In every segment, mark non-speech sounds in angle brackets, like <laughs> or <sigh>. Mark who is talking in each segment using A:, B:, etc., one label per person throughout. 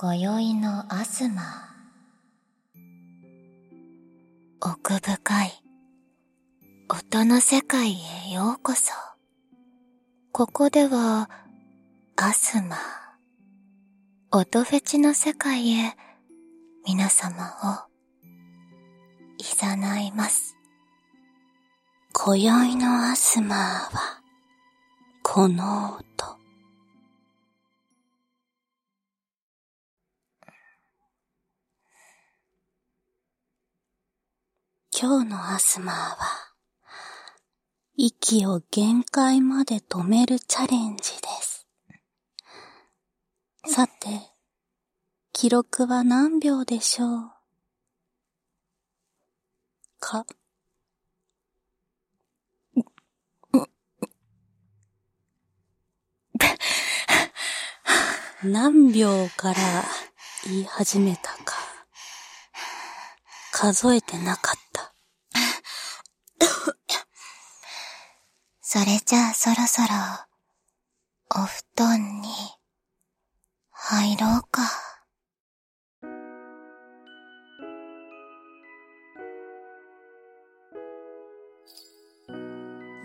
A: 今宵の東奥深い音の世界へようこそここではアスマ音フェチの世界へ皆様を誘います今宵のアスマはこの音今日のアスマーは、息を限界まで止めるチャレンジです。さて、記録は何秒でしょうか。 <laughs> 何秒から言い始めたか、数えてなかった。それじゃあそろそろ、お布団に、入ろうか。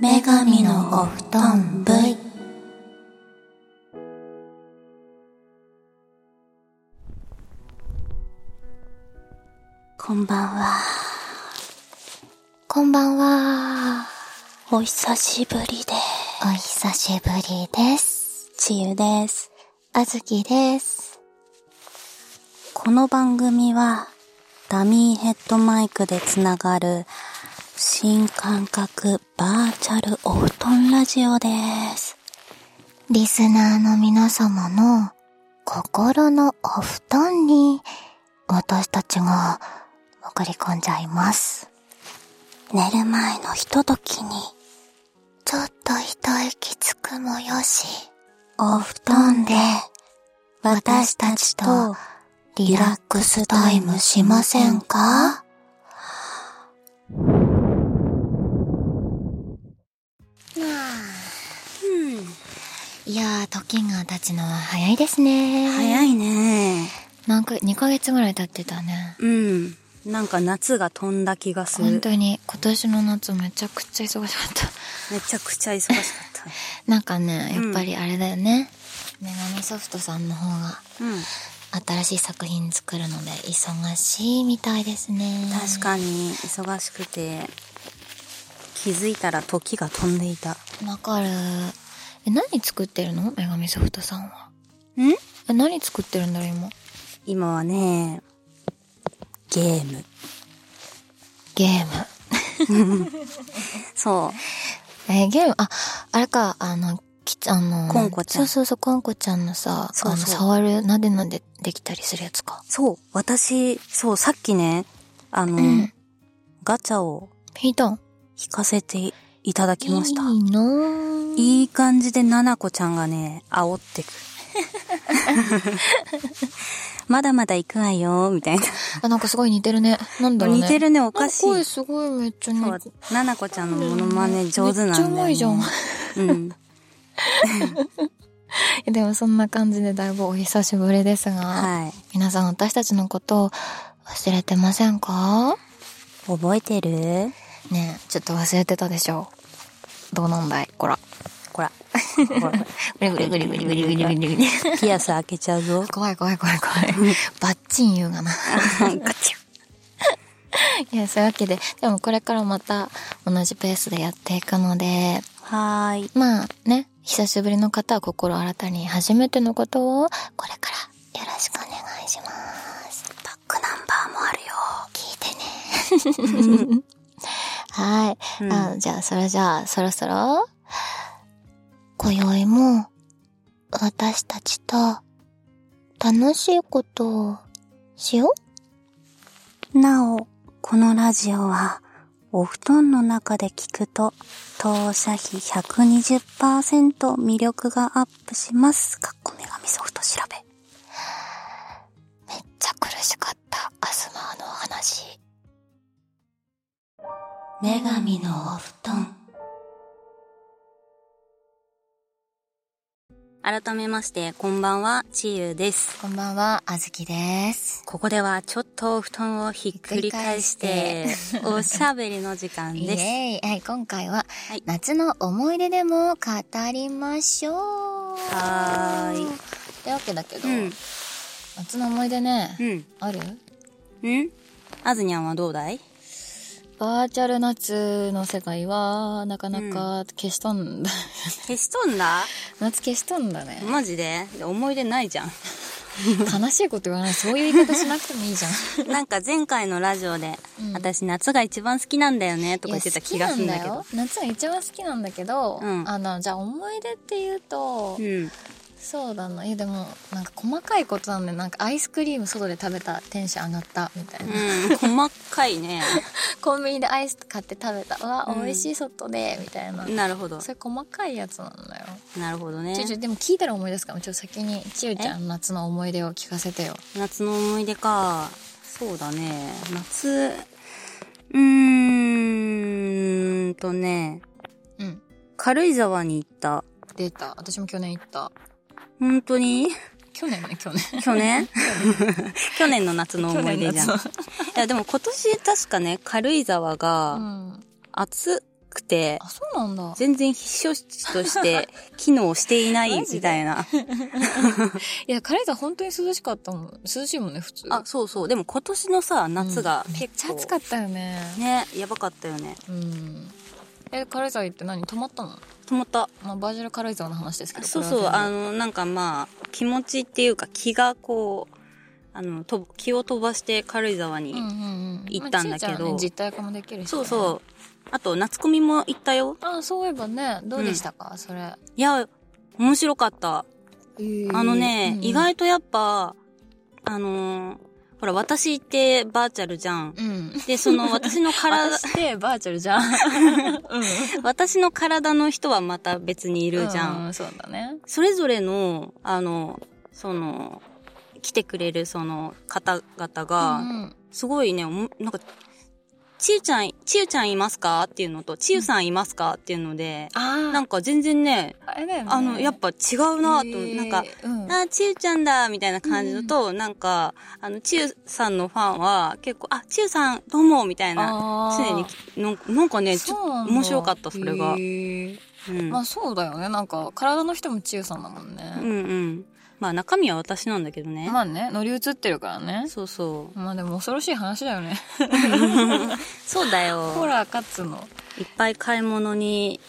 A: 女神のお布団 V。こんばんは。こんばんは。お久しぶりで。お久しぶりです。ちゆです。あずきです。この番組は、ダミーヘッドマイクでつながる、新感覚バーチャルお布団ラジオです。リスナーの皆様の心のお布団に、私たちが送り込んじゃいます。寝る前のひとときに、ちょっと一息つくもよし、お布団で、私たちとリラックスタイムしませんかいやー、時が経つのは早いですね。
B: 早いね。
A: なんか2ヶ月ぐらい経ってたね。
B: うん。なんか夏が飛んだ気がす
A: 本
B: る。
A: 当に今年の夏めちゃくちゃ忙しかった。 <laughs>
B: めちゃくちゃ忙しかっ
A: なんかね、やっぱりあれだよね。女神ソフトさんの方が
B: た。うん。
A: 新しい作品作るので忙しいみたいですね。
B: 確かに、忙しくて、気づいたら時が飛んでいた。
A: に。わかる。え、何作ってるの女神ソフトさんは。
B: ん
A: え、何作ってるんだろう今。
B: 今はね、ゲーム。
A: ゲーム。
B: そ
A: えーゲーム、あ、あれか、あの、きあの、
B: コンコちゃん
A: そうそうそう、コンコちゃんのさ、
B: そうそう
A: あの、触る、なでなでできたりするやつか
B: う。。そう。私、そう、さっきね、あの、
A: うん。
B: ガチャを
A: 引いたん
B: 引かせていただきました。
A: いいのい
B: いい感じでななこちゃんがね、煽ってくる。まだまだ行くわよ、みたいな。
A: あ、なんかすごい似てるね。なんだろうね。
B: 似てるね、おかしい。
A: なん声すごいめっちゃ似
B: そう
A: て
B: ななこちゃんのモノマネ上手なんだよ、ね。
A: めっちゃうまいじゃん。
B: うん。
A: えでもそんな感じでだいぶお久しぶりですが、
B: はい。
A: 皆さん私たちのことを忘れてませんか
B: 覚えてる
A: ねえ、ちょっと忘れてたでしょう。どうなんだいこら。
B: ほら。ほら
A: ぐりぐりぐりぐりぐりぐりぐりぐりぐり。。
B: ピアス開けちゃうぞ
A: 怖い怖い怖い怖い。 <laughs> バッチン言う <laughs> がな。
B: ガチャ。
A: いや、そういうわけで、でもこれからまた同じペースでやっていくので、
B: はーい。
A: まあね、久しぶりの方は心新たに初めてのことを、これからよろしくお願いします。バックナンバーもあるよ。聞いてね。 <laughs> はい、
B: うん
A: あ。じゃあ、それじゃあ、そろそろ、今宵も、私たちと、楽しいことを、しよう。
B: なお、このラジオは、お布団の中で聞くと、当社費120%魅力がアップします。かっこ女神ソフト調べ。
A: めっちゃ苦しかった、アスマーのお話。女神のお布団。
B: 改めまして、こんばんは、ちゆです。
C: こんばんは、あずきです。
B: ここでは、ちょっと布団をひっくり返して、おしゃべりの時間 <laughs>
C: イ
B: です。
C: エーイ。はい、今回は、
B: はい
C: 夏の思い出でも語りましょう。
B: はーい。
C: ってわけだけど、
B: うん、
C: 夏の思い出ね、
B: うん、
C: ある
B: うんあずにゃんはどうだい
A: バーチャル夏の世界は、なかなか消しとんだ。 <laughs>
B: 消しとんだ
A: 夏消しとんだね。
B: マジでで思い出ないじゃん。
A: 悲しいこと言わない。そういう言い方しなくてもいいじゃん。
B: <laughs> なんか前回のラジオで、
A: うん
B: 私夏が一番好きなんだよねとか言ってた気がするんだけ
A: いや
B: ど
A: 好。きなんだよ夏は一番好きなんだけど、
B: うん
A: あの、じゃあ思い出って言うと、
B: うん。
A: そうだな。いやでも、なんか細かいことなんで、なんかアイスクリーム外で食べた、テンション上がった、みたいな。
B: うん、細かいね。
A: <laughs> コンビニでアイス買って食べた。うわ、
B: うん
A: 美味しい、外で、みたいな。
B: なるほど。
A: それ細かいやつなんだよ。
B: なるほどね
A: ち。ょちょ、でも聞いたら思い出すから、ちょっと先に、ちゆちゃん夏の思い出を聞かせてよ。
B: 夏の思い出か。そうだね。夏、うーんとね、
A: うん。
B: 軽井沢に行った。
A: 出た。私も去年行った。
B: 本当
A: <laughs>
B: に
A: 去年ね、去年。
B: 去年去年の <laughs> 夏の思い出じゃん。い
A: 去年
B: や、でも今年確かね、軽井沢
A: う
B: が
A: ん。
B: 暑くて、
A: あ、そうなんだ。
B: 全然避暑地として機能してい <laughs> ない
A: マジで
B: みたいな。
A: いや、彼が本当に涼しかったもん。涼しいもんね、普通。
B: あ、、そうそう。でも今年のさ、夏が
A: めっ
B: 結
A: ち
B: 構、
A: ゃ暑かったよね。
B: ね、やばかったよね。
A: うん。え、軽井沢行って何泊まったの
B: 止まった。
A: まあ、バージャル軽井沢の話ですけど。
B: そうそう、
A: これは
B: あの、なんかまあ、気持ちっていうか気がこう、あの、と気を飛ばして軽井沢に。
A: 全然うんうんうん。
B: 行ったんだけど
A: まあちいちゃはね実体化もできるし。
B: そうそう。あと、夏コミも行ったよ。
A: う。あ、そういえばね、どうでしたか、それ。
B: いや、面白かった。あのね、
A: うん
B: 意。外とやっぱ、あのーほら、私ってバーチャルじゃん。
A: うん。
B: で、その <laughs> 私の体、
A: 私ってバーチャルじゃん。 <laughs> うん。
B: 私の体の人はまた別にいるじゃん。
A: う。そうだね。
B: それぞれの、あの、その、来てくれるその方々
A: う
B: が、
A: んうん
B: すごいね、おもなんか、ちゆちゃん、ちゆちゃんいますかっていうのと、ちゆさんいますかっていうので、
A: ああ
B: な。んか全然ね、
A: あれだよね。
B: あの、やっぱ違うなと、
A: えー
B: なんか、、
A: うん
B: あー、ちゆちゃんだみたいな感じのと、なんか、あの、ちゆさんのファンは、結構、あ、ちゆさん、どうもみたいな、
A: あー
B: 常にき、なんかなんかね、ちょっ
A: そうなんだ
B: 面白かったそれが
A: へー
B: と、うん
A: まあそうだよねなんか体の人も千代さんだもん
B: うん
A: ね、
B: うん。まあ中身は私なんだけどね。
A: まあね乗り移ってるからね
B: そうそう。
A: まあでも恐ろしい話だよね
B: そうだ
A: ホ
B: よ。
A: ラーかつの
B: いっぱい買い物に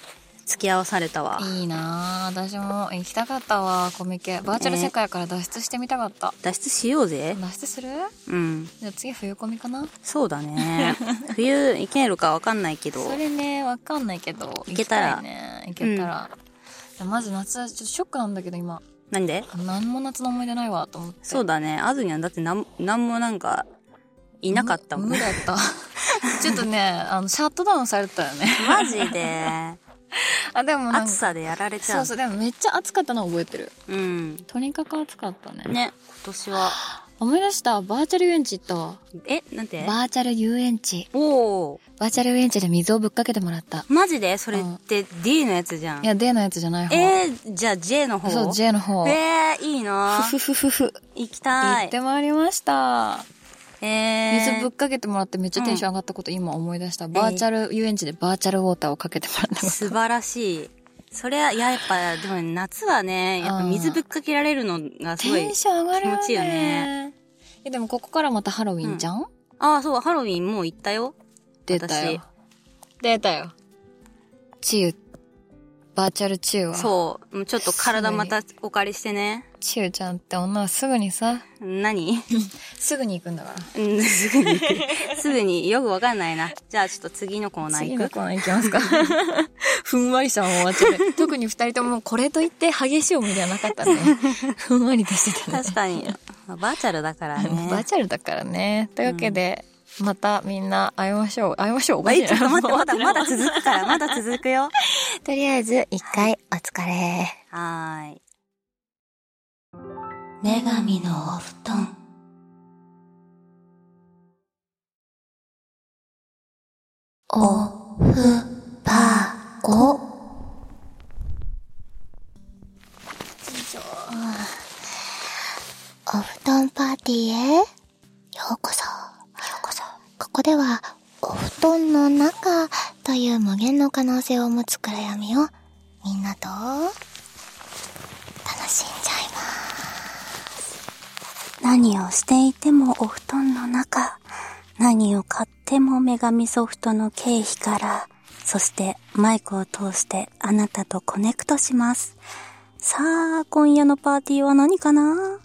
B: 付き合わされたわ。
A: いいなあ私も行きたかったわコミケバーチャル世界から脱出してみたかった、
B: 脱出しようぜ。
A: 脱出する
B: うん。
A: じゃあ次冬コミかな
B: そうだ <laughs> ね。冬行けるかわかんないけど。
A: それねわかんないけど
B: 行けたら
A: 行きいね行けたら、いやまず夏はちょっとショックなんだけど今
B: なんで
A: 何も夏の思い出ないわと思って
B: そうだね。あずにゃんだってなん、なんもなんか、いなかったもん
A: 無無
B: ね。
A: だった <laughs> ちょっとねあのシャットダウンされてたよね
B: <laughs> マジで。
A: あでもなん
B: 暑
A: か
B: さでやられちゃ
A: そう
B: う。
A: そうでもめっちゃ暑かったのは覚えてる
B: うん。
A: とにかく暑かったね
B: ね、今年は。
A: 思い出したバーチャル遊園地行ったわ
B: え、なんて
A: バーチャル遊園地
B: おー。
A: バーチャル遊園地で水をぶっかけてもらった
B: マジでそれって D のやつじゃん
A: い。や D のやつじゃない方
B: えー、じゃあ J の方
A: そう J の方
B: えー、いいな
A: ふふふふ
B: 行きた
A: 行
B: い
A: っ。てまいりました
B: えー、
A: 水ぶっかけてもらってめっちゃテンション上がったこと今思い出したバーチャル遊園地でバーチャルウォーターをかけてもらった
B: 素晴らしい。それは、いや、やっぱ、でも夏はね、やっぱ水ぶっかけられるのがすご
A: テ
B: い
A: ン。ション上がるよね
B: 気持ちいいよね
A: いやでもここからまたハロウィンじゃん、
B: ああ、そう、ハロウィンもう行ったよ。
A: 出たよ出たよチユバーチャルチユは
B: そう。もうちょっと体またお借りしてね。
A: チユちゃんって女はすぐにさ
B: 何 <laughs>
A: すぐに行くんだから
B: うんすぐに行く、すぐによくわかんないな。じゃあちょっと次のコーナー
A: 次
B: 行
A: の
B: く。
A: コーナー行きますか <laughs> ふんわりしたもん終わっちゃう特に二人ともこれといって激しい思い出はなか
B: <laughs>
A: ったねふんわりとしてたね
B: 確かに。まあバーチャルだからね。
A: バーチャルだからねというわけで、またみんな会いましょう会いましょうおかしい
B: え
A: な
B: <laughs> ちょっと待っ
A: <laughs>
B: て、まだ、まだ続くから、まだ続くよ。
C: とりあえず、一回お疲れ。
B: はーい。
C: 女神のお布団。おふぱご。リへようこそ。ようこそ。ここでは、お布団の中という無限の可能性を持つ暗闇をみんなと楽しんじゃいます。
B: 何をしていてもお布団の中、何を買っても女神ソフトの経費から、そしてマイクを通してあなたとコネクトします。さあ、今夜のパーティーは何かな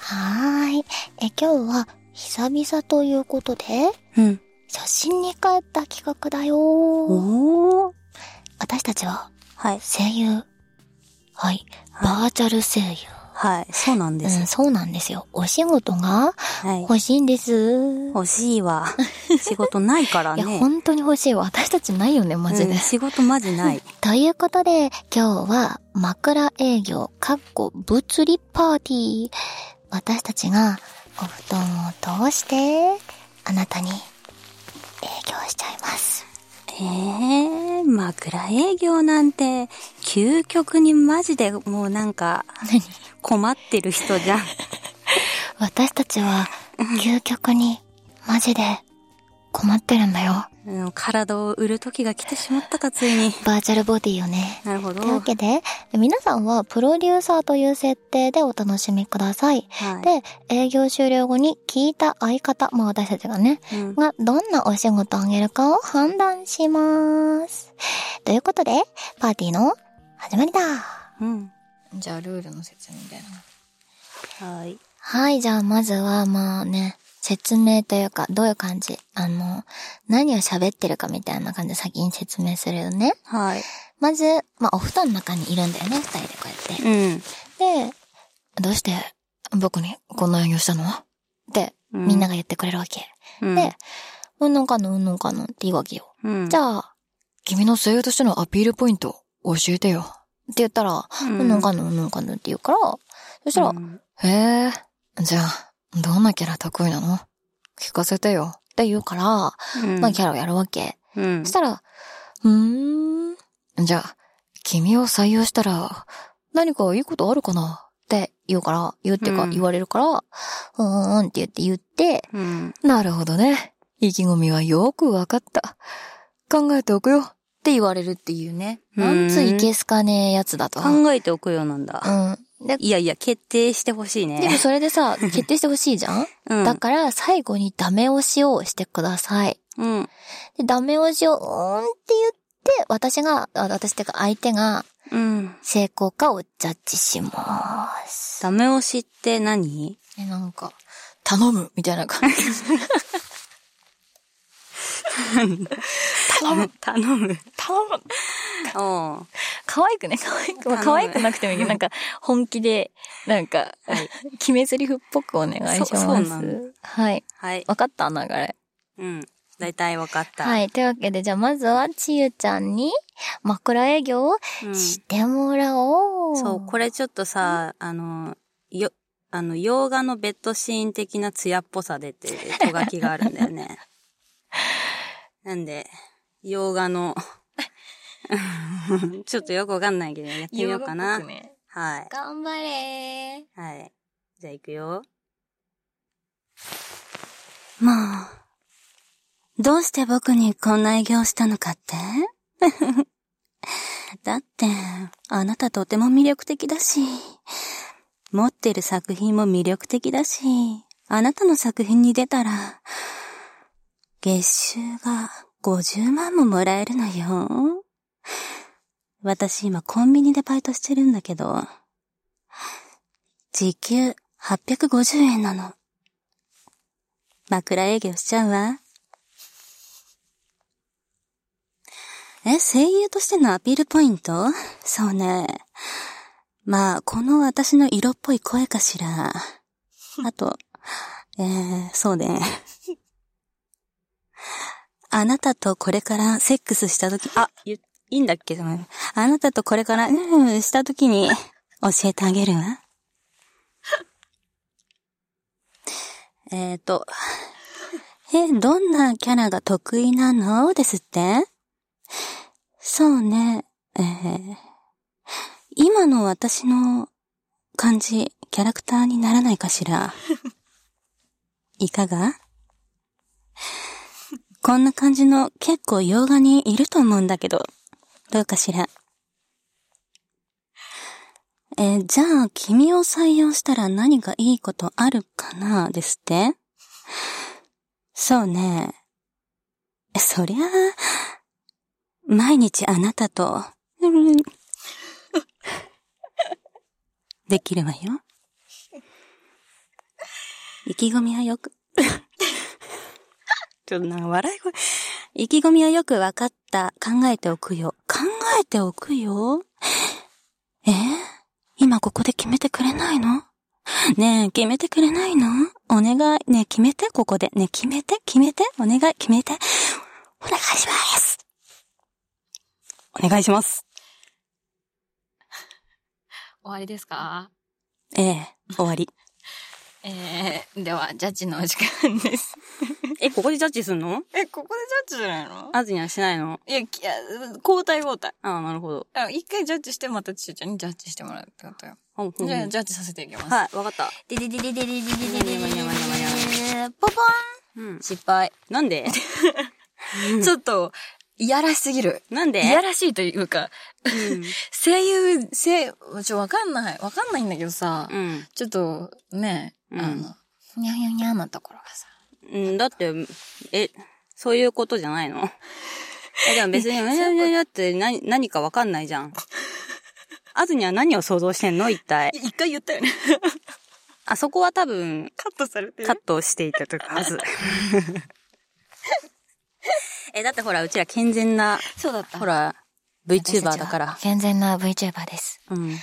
C: はーい。え、今日は久々ということで、
B: うん。
C: 初心に帰った企画だよー。
B: おー。
C: 私たちは
B: はい。
C: 声優。はい。バーチャル声優。
B: はい。そうなん
C: う
B: で
C: ん、
B: す。
C: そうなんですよ。お仕事が
B: はい。
C: 欲しいんです。
B: 欲しい
C: <laughs>
B: わ。仕事ないから
C: い
B: ね。
C: や、本当に欲しいわ。私たちないよね、マジで。
B: うん仕事マジない。
C: ということで、今日は枕営業、かっこ物理パーティー。私たちがお布団を通して、あなたに営業しちゃいます。
B: ええー、枕営業なんて、究極にマジでもうなんか、困ってる人じゃん。
C: 私たちは、究極に、マジで、困ってるんだよ。
B: うん、体を売る時が来てしまったか、ついに。
C: バーチャルボディをね。
B: なるほど。
C: というわけで、皆さんはプロデューサーという設定でお楽しみください。
B: はい、
C: で、営業終了後に聞いた相方、まあ私たちがね、
B: うん
C: がどんなお仕事をあげるかを判断します。ということで、パーティーの始まりだ。
B: うん。
A: じゃあルールの説明みたいな。
B: はい。
C: はい、じゃあまずはまあね、説明というか、どういう感じあの、何を喋ってるかみたいな感じで先に説明するよね。
B: はい。
C: まず、まあお布団の中にいるんだよね、二人でこうやって。
B: うん。
C: で、どうして僕にこんな営業したのって、
B: うん
C: みんなが言ってくれるわけ。
B: うん、
C: で、うんのんかんのうんのんかんのんって言うわけよ。
B: うん、
C: じ
B: あ、
C: ゃあ、君の声優としてのアピールポイント教えてよ。って言ったら、
B: う
C: うんのんかんのんうんのんかんのんって言うから、そしたら、
B: うん
C: へえ、じゃあ、どんなキャラ得意なの聞かせてよ。って言うから、
B: うん、
C: まあキャラをやるわけ。
B: うん
C: そし、たら、うーん、じゃあ、君を採用したら、何かいいことあるかなって言うから、言うっていうか
B: うん
C: 言われるから、うーんって言って言って、
B: うん。
C: なるほどね。意気込みはよくわかった。考えておくよ。って言われるっていうね。
B: うん
C: なんついけすかねえやつだと。うん。
B: 考えておくようなんだ。
C: で、
B: いやいや、決定してほしい
C: でも
B: ね。
C: それでさ、決定してほしいじゃん、
B: うん
C: だから最後にダメ押しをしてください。
B: うん。
C: で、ダメ押しを、うーんって言って、私が、あ私っていうか相手が、
B: うん。
C: 成功かをジャッジします。
B: ダメ押しって何
C: え、なんか、頼むみたいな感じ。
B: 頼む。頼む。
A: 頼む
B: おう
A: 可愛くね、可愛く。まあ
B: 頼む
A: 可愛くなくてもいいけど、なんか、本気で、なんか、決め台詞っぽくお願いしま
B: そそう
A: す
B: なの。
C: はい。
B: はい。
C: わかった流れ。
B: うん。だいたいわかった。。
C: はいい。というわけで、じゃあまずは、ちゆちゃんに、枕営業を
B: うん、
C: してもらおう。
B: そう、これちょっとさ、あの、よ、あの、洋画のベッドシーン的な艶っぽさ出てる、とがきがあるんだよ
A: <laughs>
B: ね。なんで、洋
A: <laughs>
B: 画の、 <laughs> ちょっとよくわかんないけど、やってみようかな。
A: 洋画っぽくね
B: はい。
C: 頑張れー。
B: はい。じゃあ行くよ。
C: もう、
B: どうして僕にこんな営業したのかって <laughs> だって、あなたとても魅力的だし、持ってる作品も魅力的だし、あなたの作品に出たら、月収が50万ももらえるのよ。私今コンビニでバイトしてるんだけど、時給850円なの。枕営業しちゃうわ。え、声優としてのアピールポイントそうね。まあ、この私の色っぽい声かしら。あと、えー、そうね。あなたとこれからセックスしたとき、あ、いいんだっけあなたとこれから、うん、したときに教えてあげるわ。えっと、 <laughs> え、どんなキャラが得意なのですってそうね。えー今の私の感じ、キャラクターにならないかしら。いかがこんな感じの結構洋画にいると思うんだけど、どうかしら。えーじゃあ君を採用したら何がいいことあるかなですってそうね。そりゃあ、毎日あなたと、 <laughs> できるわよ。意気込みはよく、 <laughs> ちょっとなんか笑い声。意気込みはよくわかった。考えておくよ。考えておくよえー今ここで決めてくれないのねえ、決めてくれないのお願い。ねえ、決めて、ここで。ねえ、決めて、決めて、お願い、決めて。お願いします。お願いします。
A: 終わりですか
B: ええ、終わり。
A: えー、では、ジャッジのお時間です。
B: <laughs> え、ここでジャッジすんの
A: え、ここでジャッジじゃないの
B: あずにはしないの
A: いや、きいや交代交代。
B: ああ、なるほど。
A: あ一回ジャッジして、またちゅうちゃんにジャッジしてもらうってことよ。
B: ほんほん
A: じ
B: ほ
A: ゃあ、
B: ん
A: ジャッジさせていきます。
B: はい、わかった。
A: ででででででででででででポポ
B: うん
A: ン。失敗。
B: なん <laughs> で
A: ちょっと、いやらしすぎる。
B: なんで
A: いやらしいというか、
B: うん
A: 声優、声、ちょ、わかんない。わかんないんだけどさ、
B: うん。
A: ちょっと、ね、
B: うん
A: あの、にゃにゃにゃなところがさ。
B: うん、だって、え、そういうことじゃないの <laughs> え、でも別に、うにゃうにゃうにゃって何、何かわかんないじ <laughs> ゃん。あずには何を想像してんの一体。
A: 一回言ったよね。
B: あそこは多分、
A: カットされて
B: カットしていたとかは <laughs> ず。え、だってほら、うちら健全な、
A: そうだった。
B: ほら、VTuber だから。
A: 健全な VTuber です。
B: うん。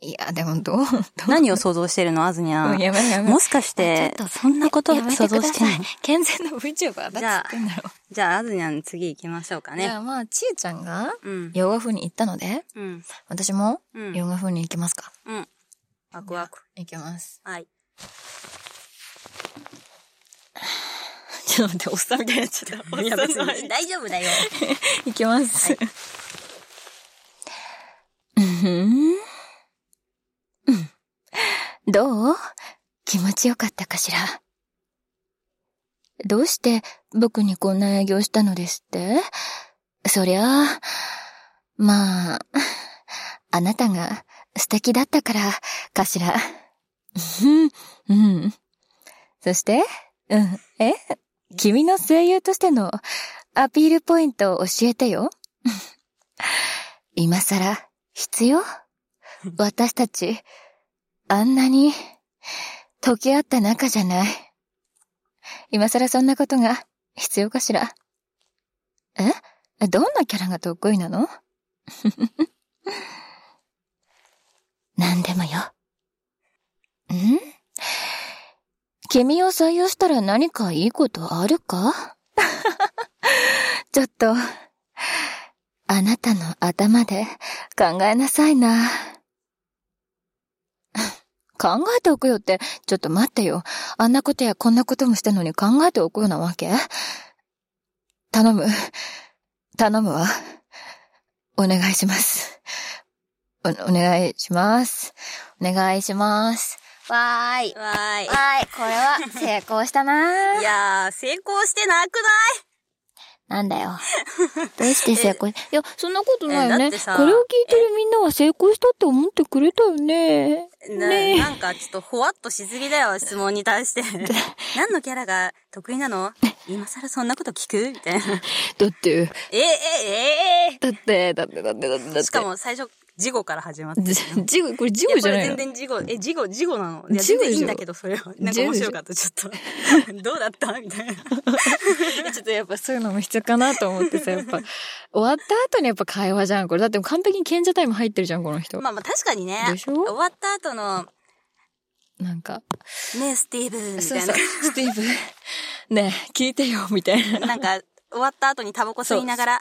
A: いや、でもどう、ど
B: 何を想像してるのあずにゃ
A: う、。 <laughs> やめろやめろ。
B: もしかして、そんなこと
A: やめ
B: 想
A: く
B: 像
A: だ
B: してん
A: さい
B: の
A: 健全な VTuber
B: じゃ
A: だ
B: あ
A: っつってんだろ
B: じゃあ、あずにゃん次行きましょうか
A: う。じゃ
B: ね。
A: あ <laughs> まあ、ちえちゃんが
B: うん。
A: 洋画風に行ったので、
B: うん。
A: 私も
B: うん
A: 洋画風に行きますか。
B: うん。ワクワク。
A: 行きます。
B: はい。
A: <laughs> ちょっと待って、おっさんみたいになっちゃった。おっ
B: いや
A: さん
B: 別
A: の <laughs>
B: に大丈夫 <laughs> だよ。
A: 行きます。うんうんどう気持ちよかったかしらどうして僕にこんな営業したのですってそりゃあ、まあ、あなたが素敵だったからかしら。うん、うん。そして、うん、え君の声優としてのアピールポイントを教えてよ。今さら必要私たち、あんなに、溶け合った仲じゃない。今さらそんなことが必要かしら。えどんなキャラが得意なの何でもよ。ん君を採用したら何かいいことあるかちょっと、あなたの頭で考えなさいな。 <laughs> 考えておくよって、ちょっと待ってよ。あんなことやこんなこともしたのに考えておくようなわけ頼む。頼むわ。お願いします。お、お願いします。お願いします。わーい。
B: わーい。
A: はい、これは成功したな
B: いやー、成功してなく
A: なん <laughs> だよ。どうして成功いや、そんなことないよ
B: えだっ
A: ね。
B: てさ
A: これを聞いてるみんなは成功したって思ってくれたよね。
B: ない
A: ねえ
B: ななんかちょっとほわっとしすぎだよ、質問に対
A: <laughs>
B: して。何のキャラが得意なの今更そんなこと聞くみ
A: <laughs>
B: たいな。
A: だって、
B: え、え、え、
A: だって、だって、だって、だって、だっ
B: え
A: て。
B: しかも最初、事後から始まってる。
A: じ、事故、これ事故じゃない
B: や
A: の
B: これ全然事後、え、事後、事後なのいや、
A: 事
B: 全
A: 後でしょ
B: 然いいんだけど、それは。なんか面白かった、ちょっと。 <laughs> どうだった
A: <laughs>
B: みたいな。
A: ちょっとやっぱそういうのも必要かなと思ってさ、やっぱ。 <laughs> 終わった後にやっぱ会話じゃん、これ。だって完璧に賢者タイム入ってるじゃん、この人。
B: まあまあ確かにね。
A: でしょ
B: 終わった後の、
A: なんか。
B: ねえ、スティーブンみ
A: そう
B: た
A: そ
B: いな
A: う。。スティーブ、ねえ、聞いてよ、みたいな。
B: <laughs> なんか、終わった後にタバコ吸いながら、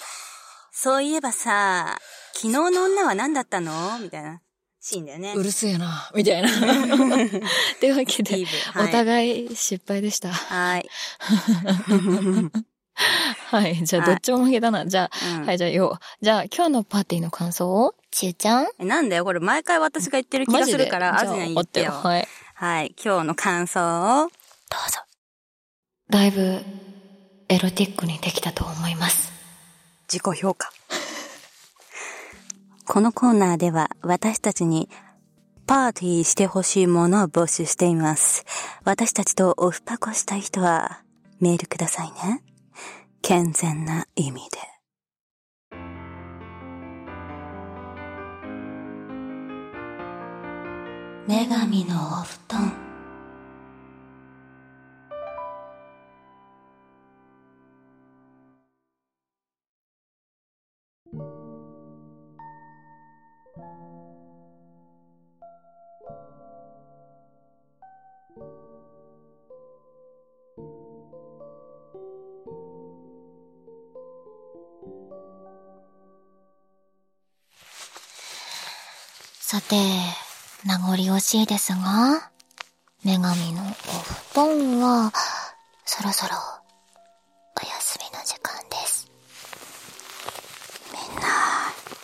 B: そういえばさ、昨日の女は何だったのみたいなシーンだよね
A: <laughs> う。るせえな、み <laughs> たいな。というわけ
B: スティ
A: で、
B: ーブはい
A: お互い失敗でした。
B: はい。
A: はい。じゃあ、
B: は
A: ど
B: い
A: っちも負けたな。じゃあ、
B: うん
A: はい、じゃあ、よう。じゃあ、今日のパーティーの感想をちゆちゃん
B: えなんだよ、これ毎回私が言ってる気がするから、
A: マ
B: あ
A: ジ
B: ず
A: で
B: にゃん言って
A: じゃあ
B: よ。
A: はい。
B: はい、今日の感想を、どうぞ。
D: だいぶエロティックにできたと思います。
B: 自己評価。 <laughs> このコーナーでは私たちにパーティーしてほしいものを募集しています。私たちとオフパコしたい人はメールくださいね。健全な意味で。女神のお布団。
A: さて、名残惜しいですが、女神のお布団は、そろそろ、お休みの時間です。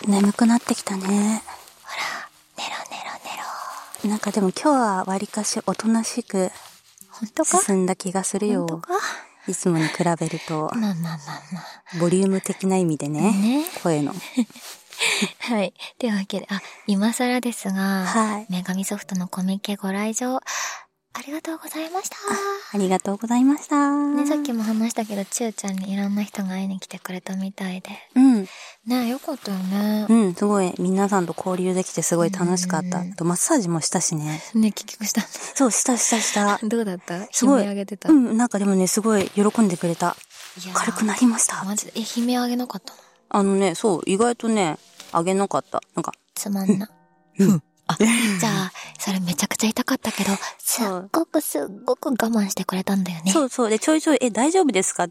B: 眠くなってきたね。
A: ほら、寝ろ寝ろ寝ろ。
B: なんかでも今日はわりかしおとなしく
A: 本当か
B: 進んだ気がする
A: 本当
B: よ。
A: か
B: いつもに比べると、
A: まあまあまあまあ。
B: ボリューム的な意味でね。
A: ね
B: 声の。
A: はい。というわけで、あ、今更ですが、
B: はい
A: 女神ソフトのコミケご来場、ありがとうございました。
B: ありがとうございました。
A: ね、さっきも話したけど、ちゅうちゃんにいろんな人が会いに来てくれたみたいで。
B: うん。
A: ね、よかったよね
B: う。ん、すごい、皆さんと交流できてすごい楽しかった。あと、マッサージもしたしね。
A: ね、結局 <laughs> した。
B: そう、したしたした。
A: どうだった
B: すごい。
A: 悲鳴あげてた。
B: う
A: い
B: ん、なんかでもね、すごい喜んでくれた。
A: やー
B: 軽くなりました。
A: マジで、え、悲鳴あげなかったの
B: あのね、そう、意外とね、あげなかった。なんか、
A: つまんな。あ、じゃあ、それめちゃくちゃ痛かったけど、すっごくすっごく我慢してくれたんだよね。
B: そうそう。で、ちょいちょい、え、大丈夫ですか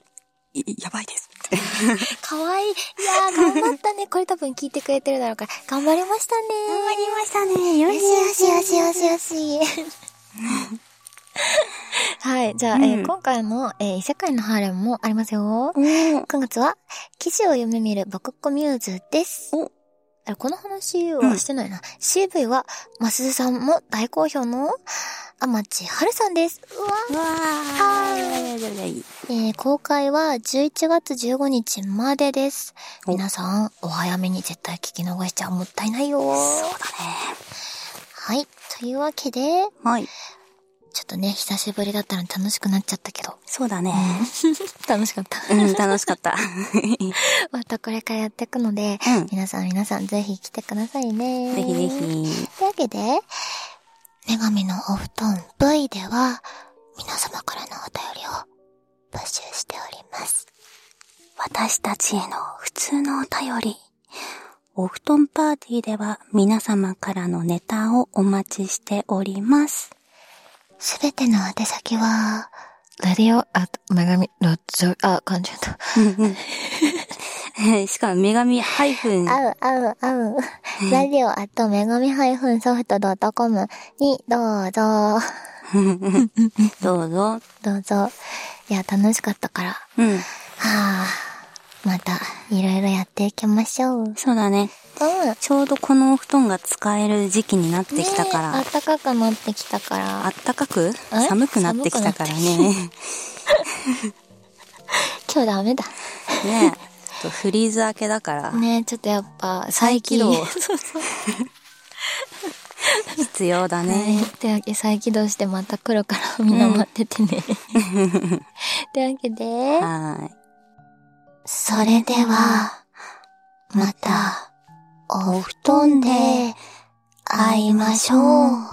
B: いやばいです。
A: かわいい。いやー、頑張ったね。これ多分聞いてくれてるだろうから。頑張りましたね。
B: 頑張りましたね。よし
A: よしよしよしよしよし。 <laughs> はい。じゃあ、えー
B: うん
A: 今回の、えー異世界のハーレムもありますよ。9月は、記事を読み見るバクッコミューズです。
B: お
A: あれこの話はしてないな。CV は、マスさんも大好評の、アマチハルさんです。うわ
B: わー。はい。
A: えー公開は11月15日までです。
B: お
A: 皆さん、お早めに絶対聞き逃しちゃもったいないよ。そうだね。はい。というわけで、
B: はい。
A: ちょっとね、久しぶりだったので楽しくなっちゃったけど。
B: そうだね。
A: 楽しかった。
B: うん、楽しかった。
A: <laughs> またこれからやっていくので、
B: うん
A: 皆さん皆さんぜひ来てくださいね。
B: ぜひぜひ。
A: というわけで、女神のお布団 V では、皆様からのお便りを募集しております。
B: 私たちへの普通のお便り。お布団パーティーでは皆様からのネタをお待ちしております。
A: すべての宛先は、ラディオ、あ、女神、ロッジョ、あ、感じた。
B: <laughs> しかも女神ハイフン。
A: あう、あう、あう。ラディオ、あと、女神ハイフンソフトドットコムに、どうぞ。
B: どうぞ。
A: どうぞ。いや、楽しかったから。は
B: うん。
A: あ、また、いろいろやっていきましょう。うん。
B: そうだね。ちょうどこのお布団が使える時期になってきたから。
A: ねえ暖かくなってきたから。
B: あったかく寒くなってきたからね。
A: 今日ダメだ。
B: <laughs> ねえ。ちょっとフリーズ明けだから、
A: ねえ、ちょっとやっぱ、最
B: 起
A: 近。
B: 動 <laughs> 必要だね。
A: というわけで再起動してまた黒からみんな待っててね。 <laughs> というわけで、
B: は
A: それでは、また、お布団で会いましょう。